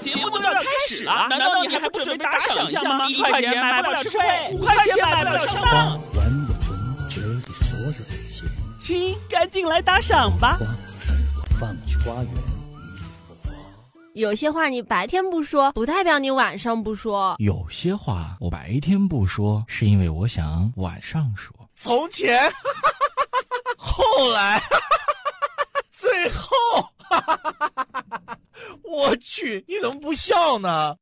节目都要开始了，难道你还不准备打赏一下吗？一块钱买不了吃亏，五块钱买不了上当。完我存折里所有的钱，亲，赶紧来打赏吧！花儿我放去花园。有些话你白天不说，不代表你晚上不说。有些话我白天不说，是因为我想晚上说。从前， 后来， 最后， 我去，你怎么不笑呢？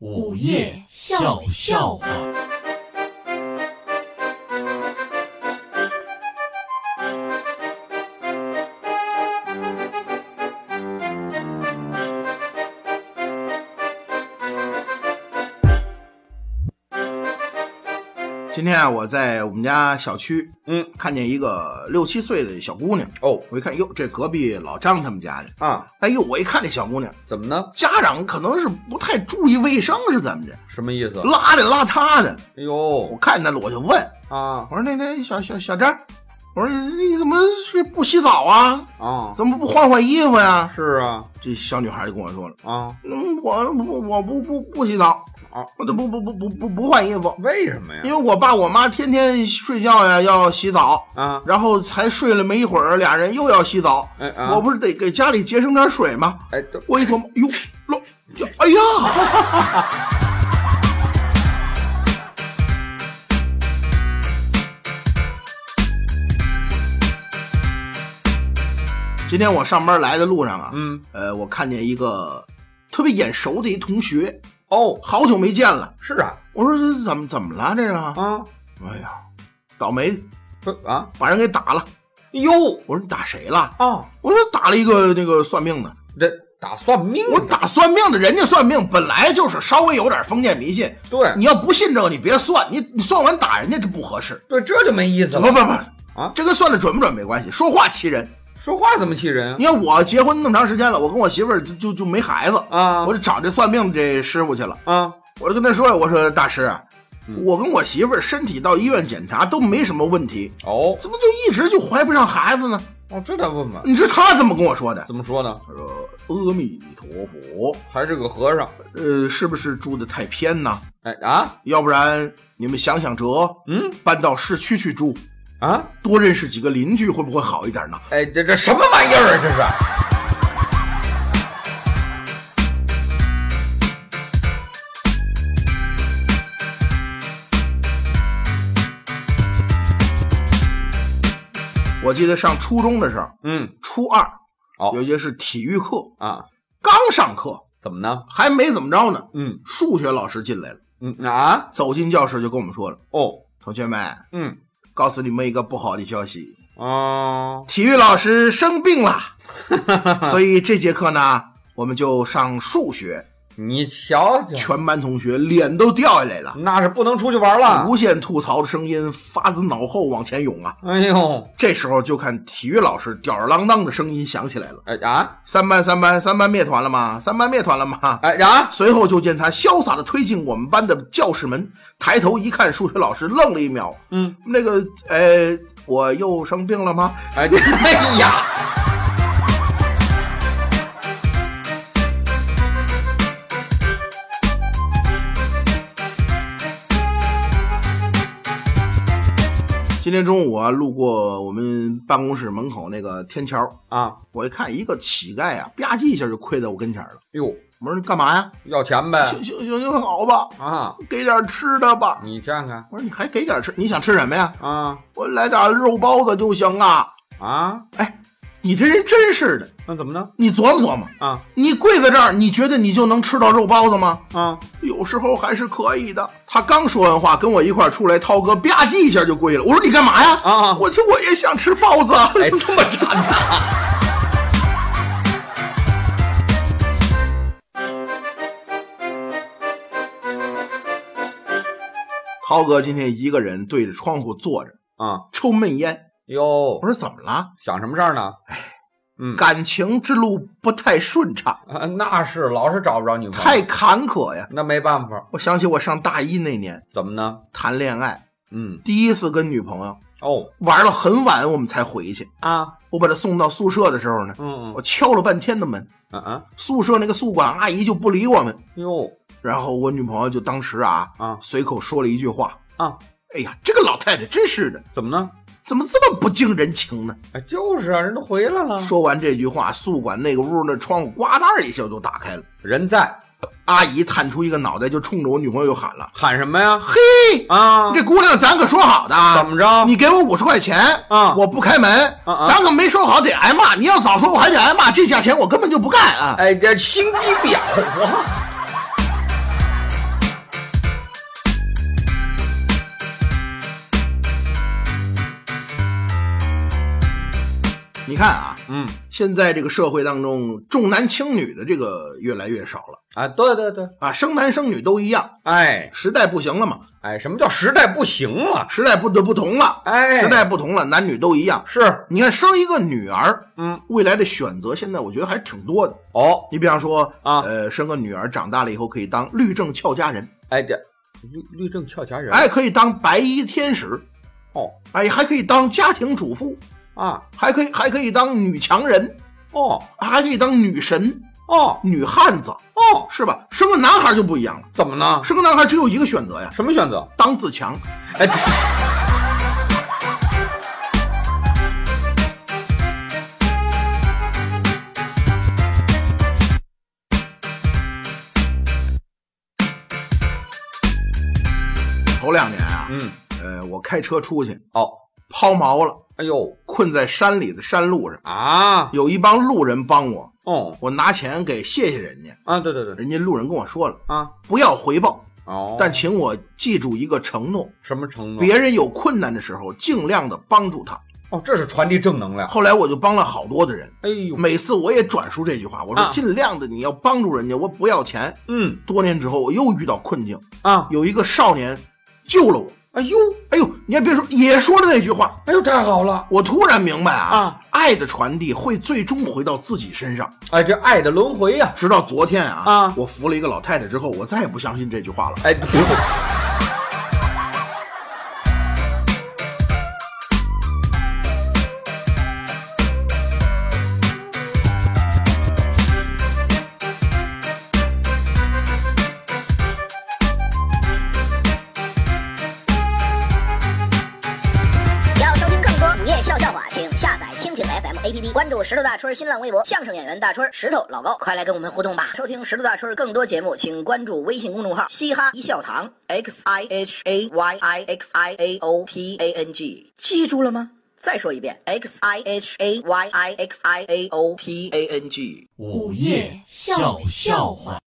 午夜笑笑话。今天啊，我在我们家小区，嗯，看见一个六七岁的小姑娘，哦我一看，哟，这隔壁老张他们家的，啊，哎呦，我一看这小姑娘，怎么呢？家长可能是不太注意卫生，是怎么着？什么意思？邋里邋遢的，哎我呦看见了我就问，啊我说那那小小小张，我说你怎么是不洗澡啊？啊！怎么不换换衣服呀、是啊这小女孩就跟我说了，啊嗯，我不我不不不洗澡，啊！我都不不不不不不换衣服，为什么呀因？为我爸我妈天天睡觉呀要洗澡，啊，然后才睡了没一会儿，俩人又要洗澡，哎啊，我不是得给家里节省点水吗？哎，这我一琢磨，哟，老，哟哎呀， 今天我上班来的路上啊，嗯呃，我看见一个特别眼熟的一同学，哦，好久没见了。是啊我说这怎么怎么了？这个，啊哎呀，倒霉，不啊把人给打了。哟我说你打谁了？啊！我说打了一个那个算命的。这打算命我的说打算命的，人家算命本来就是稍微有点封建迷信，对你要不信这个，你别算，你你算完打人家这不合适。对，这就没意思不了不不啊这跟算的准不准没关系，说话气人。说话怎么气人你看我结婚那么长时间了，我跟我媳妇儿就就就没孩子，啊？我就找这算命这师傅去了。啊我就跟他说，我说大师啊嗯，我跟我媳妇儿身体到医院检查都没什么问题，哦怎么就一直就怀不上孩子呢？哦，这得问问你知道他怎么跟我说的？怎么说呢？他说：“阿弥陀佛，还是个和尚？呃，是不是住的太偏呢？哎啊要不然你们想想辙，嗯搬到市区去住，啊多认识几个邻居会不会好一点呢？哎，这这什么玩意儿啊？这是我记得上初中的时候，嗯初二哦有一节是体育课，啊？刚上课怎么呢？还没怎么着呢，嗯数学老师进来了，嗯啊走进教室就跟我们说了哦：“同学们，嗯告诉你们一个不好的消息，啊体育老师生病了，所以这节课呢，我们就上数学。”你瞧瞧，全班同学脸都掉下来了。那是不能出去玩了。无限吐槽的声音发自脑后往前涌啊！哎呦，这时候就看体育老师吊儿郎当的声音响起来了哎啊，：“三班，三班，三班灭团了吗？三班灭团了吗 哎啊？”，随后就见他潇洒的推进我们班的教室门，抬头一看，数学老师愣了一秒，嗯，那个，呃，我又生病了吗？哎，哎呀，今天中午啊，路过我们办公室门口那个天桥，啊，我一看，一个乞丐啊，吧唧一下就跪在我跟前了。哟，我说你干嘛呀？要钱呗行？行行行，好吧，啊，给点吃的吧。你看看我说你还给点吃，你想吃什么呀？啊我来点肉包子就行啊。啊，你这人真是的，那怎么呢？你琢磨琢磨，啊你跪在这儿，你觉得你就能吃到肉包子吗？啊，有时候还是可以的。他刚说完话，跟我一块儿出来，涛哥吧唧一下就跪了。我说你干嘛呀？啊我说我也想吃包子。哎，这么馋呐、 涛哥今天一个人对着窗户坐着啊？抽闷烟。哟我，说哎怎么了？想什么事儿呢？嗯感情之路不太顺畅，啊，那是老是找不着女朋友，太坎坷呀。那没办法，我想起我上大一那年怎么呢？谈恋爱，嗯，第一次跟女朋友哦玩了很晚，我们才回去。啊，我把她送到宿舍的时候呢，嗯我敲了半天的门，嗯啊，宿舍那个宿管阿姨就不理我们。哟然后我女朋友就当时啊啊随口说了一句话啊，哎呀，这个老太太真是的，怎么呢？怎么这么不近人情呢？哎，就是啊，人都回来了，说完这句话，宿管那个屋那窗户呱嗒一下就打开了。人在阿姨探出一个脑袋，就冲着我女朋友就喊了喊什么呀：“？嘿，啊，这姑娘咱可说好的啊，怎么着？嗯你给我五十块钱啊我不开门，啊咱可没说好得挨骂。你要早说我还得挨骂，这价钱我根本就不干啊！哎，这心机婊啊！你看啊，嗯现在这个社会当中重男轻女的这个越来越少了啊，对对对，啊，生男生女都一样，哎时代不行了嘛，哎，什么叫时代不行了？时代不得不同了，哎，时代不同了，男女都一样。是你看生一个女儿，嗯未来的选择现在我觉得还挺多的。哦，你比方说啊呃，生个女儿长大了以后可以当律政俏佳人，哎这律律政俏佳人，哎，可以当白衣天使，哦哎，还可以当家庭主妇，啊还可以还可以当女强人，哦还可以当女神、哦女汉子，哦，是吧？生个男孩就不一样了，怎么呢？生个男孩只有一个选择呀，什么选择？当自强。哎，这头两年啊，嗯呃，我开车出去哦，抛锚了，哎呦困在山里的山路上，啊有一帮路人帮我，哦我拿钱给谢谢人家，啊，对对对人家路人跟我说了，啊不要回报，哦，但请我记住一个承诺，什么承诺？别人有困难的时候尽量的帮助他。哦，这是传递正能量。后来我就帮了好多的人，哎呦，每次我也转述这句话，我说啊尽量的你要帮助人家，我不要钱。嗯多年之后我又遇到困境，啊，有一个少年救了我，哎呦哎呦，你还别说，也说了那句话，哎呦，太好了我突然明白啊，啊！爱的传递会最终回到自己身上。哎，这爱的轮回呀、直到昨天啊，啊我扶了一个老太太之后，我再也不相信这句话了。哎，不要收听更多午夜笑笑话，请下载蜻蜓 FM APP，关注石头大春儿新浪微博，相声演员大春儿、石头老高，快来跟我们互动吧！收听石头大春儿更多节目，请关注微信公众号“嘻哈一笑堂 ”x i h a y i x i a o t a n g，记住了吗？再说一遍，x i h a y i x i a o t a n g。午夜笑笑话。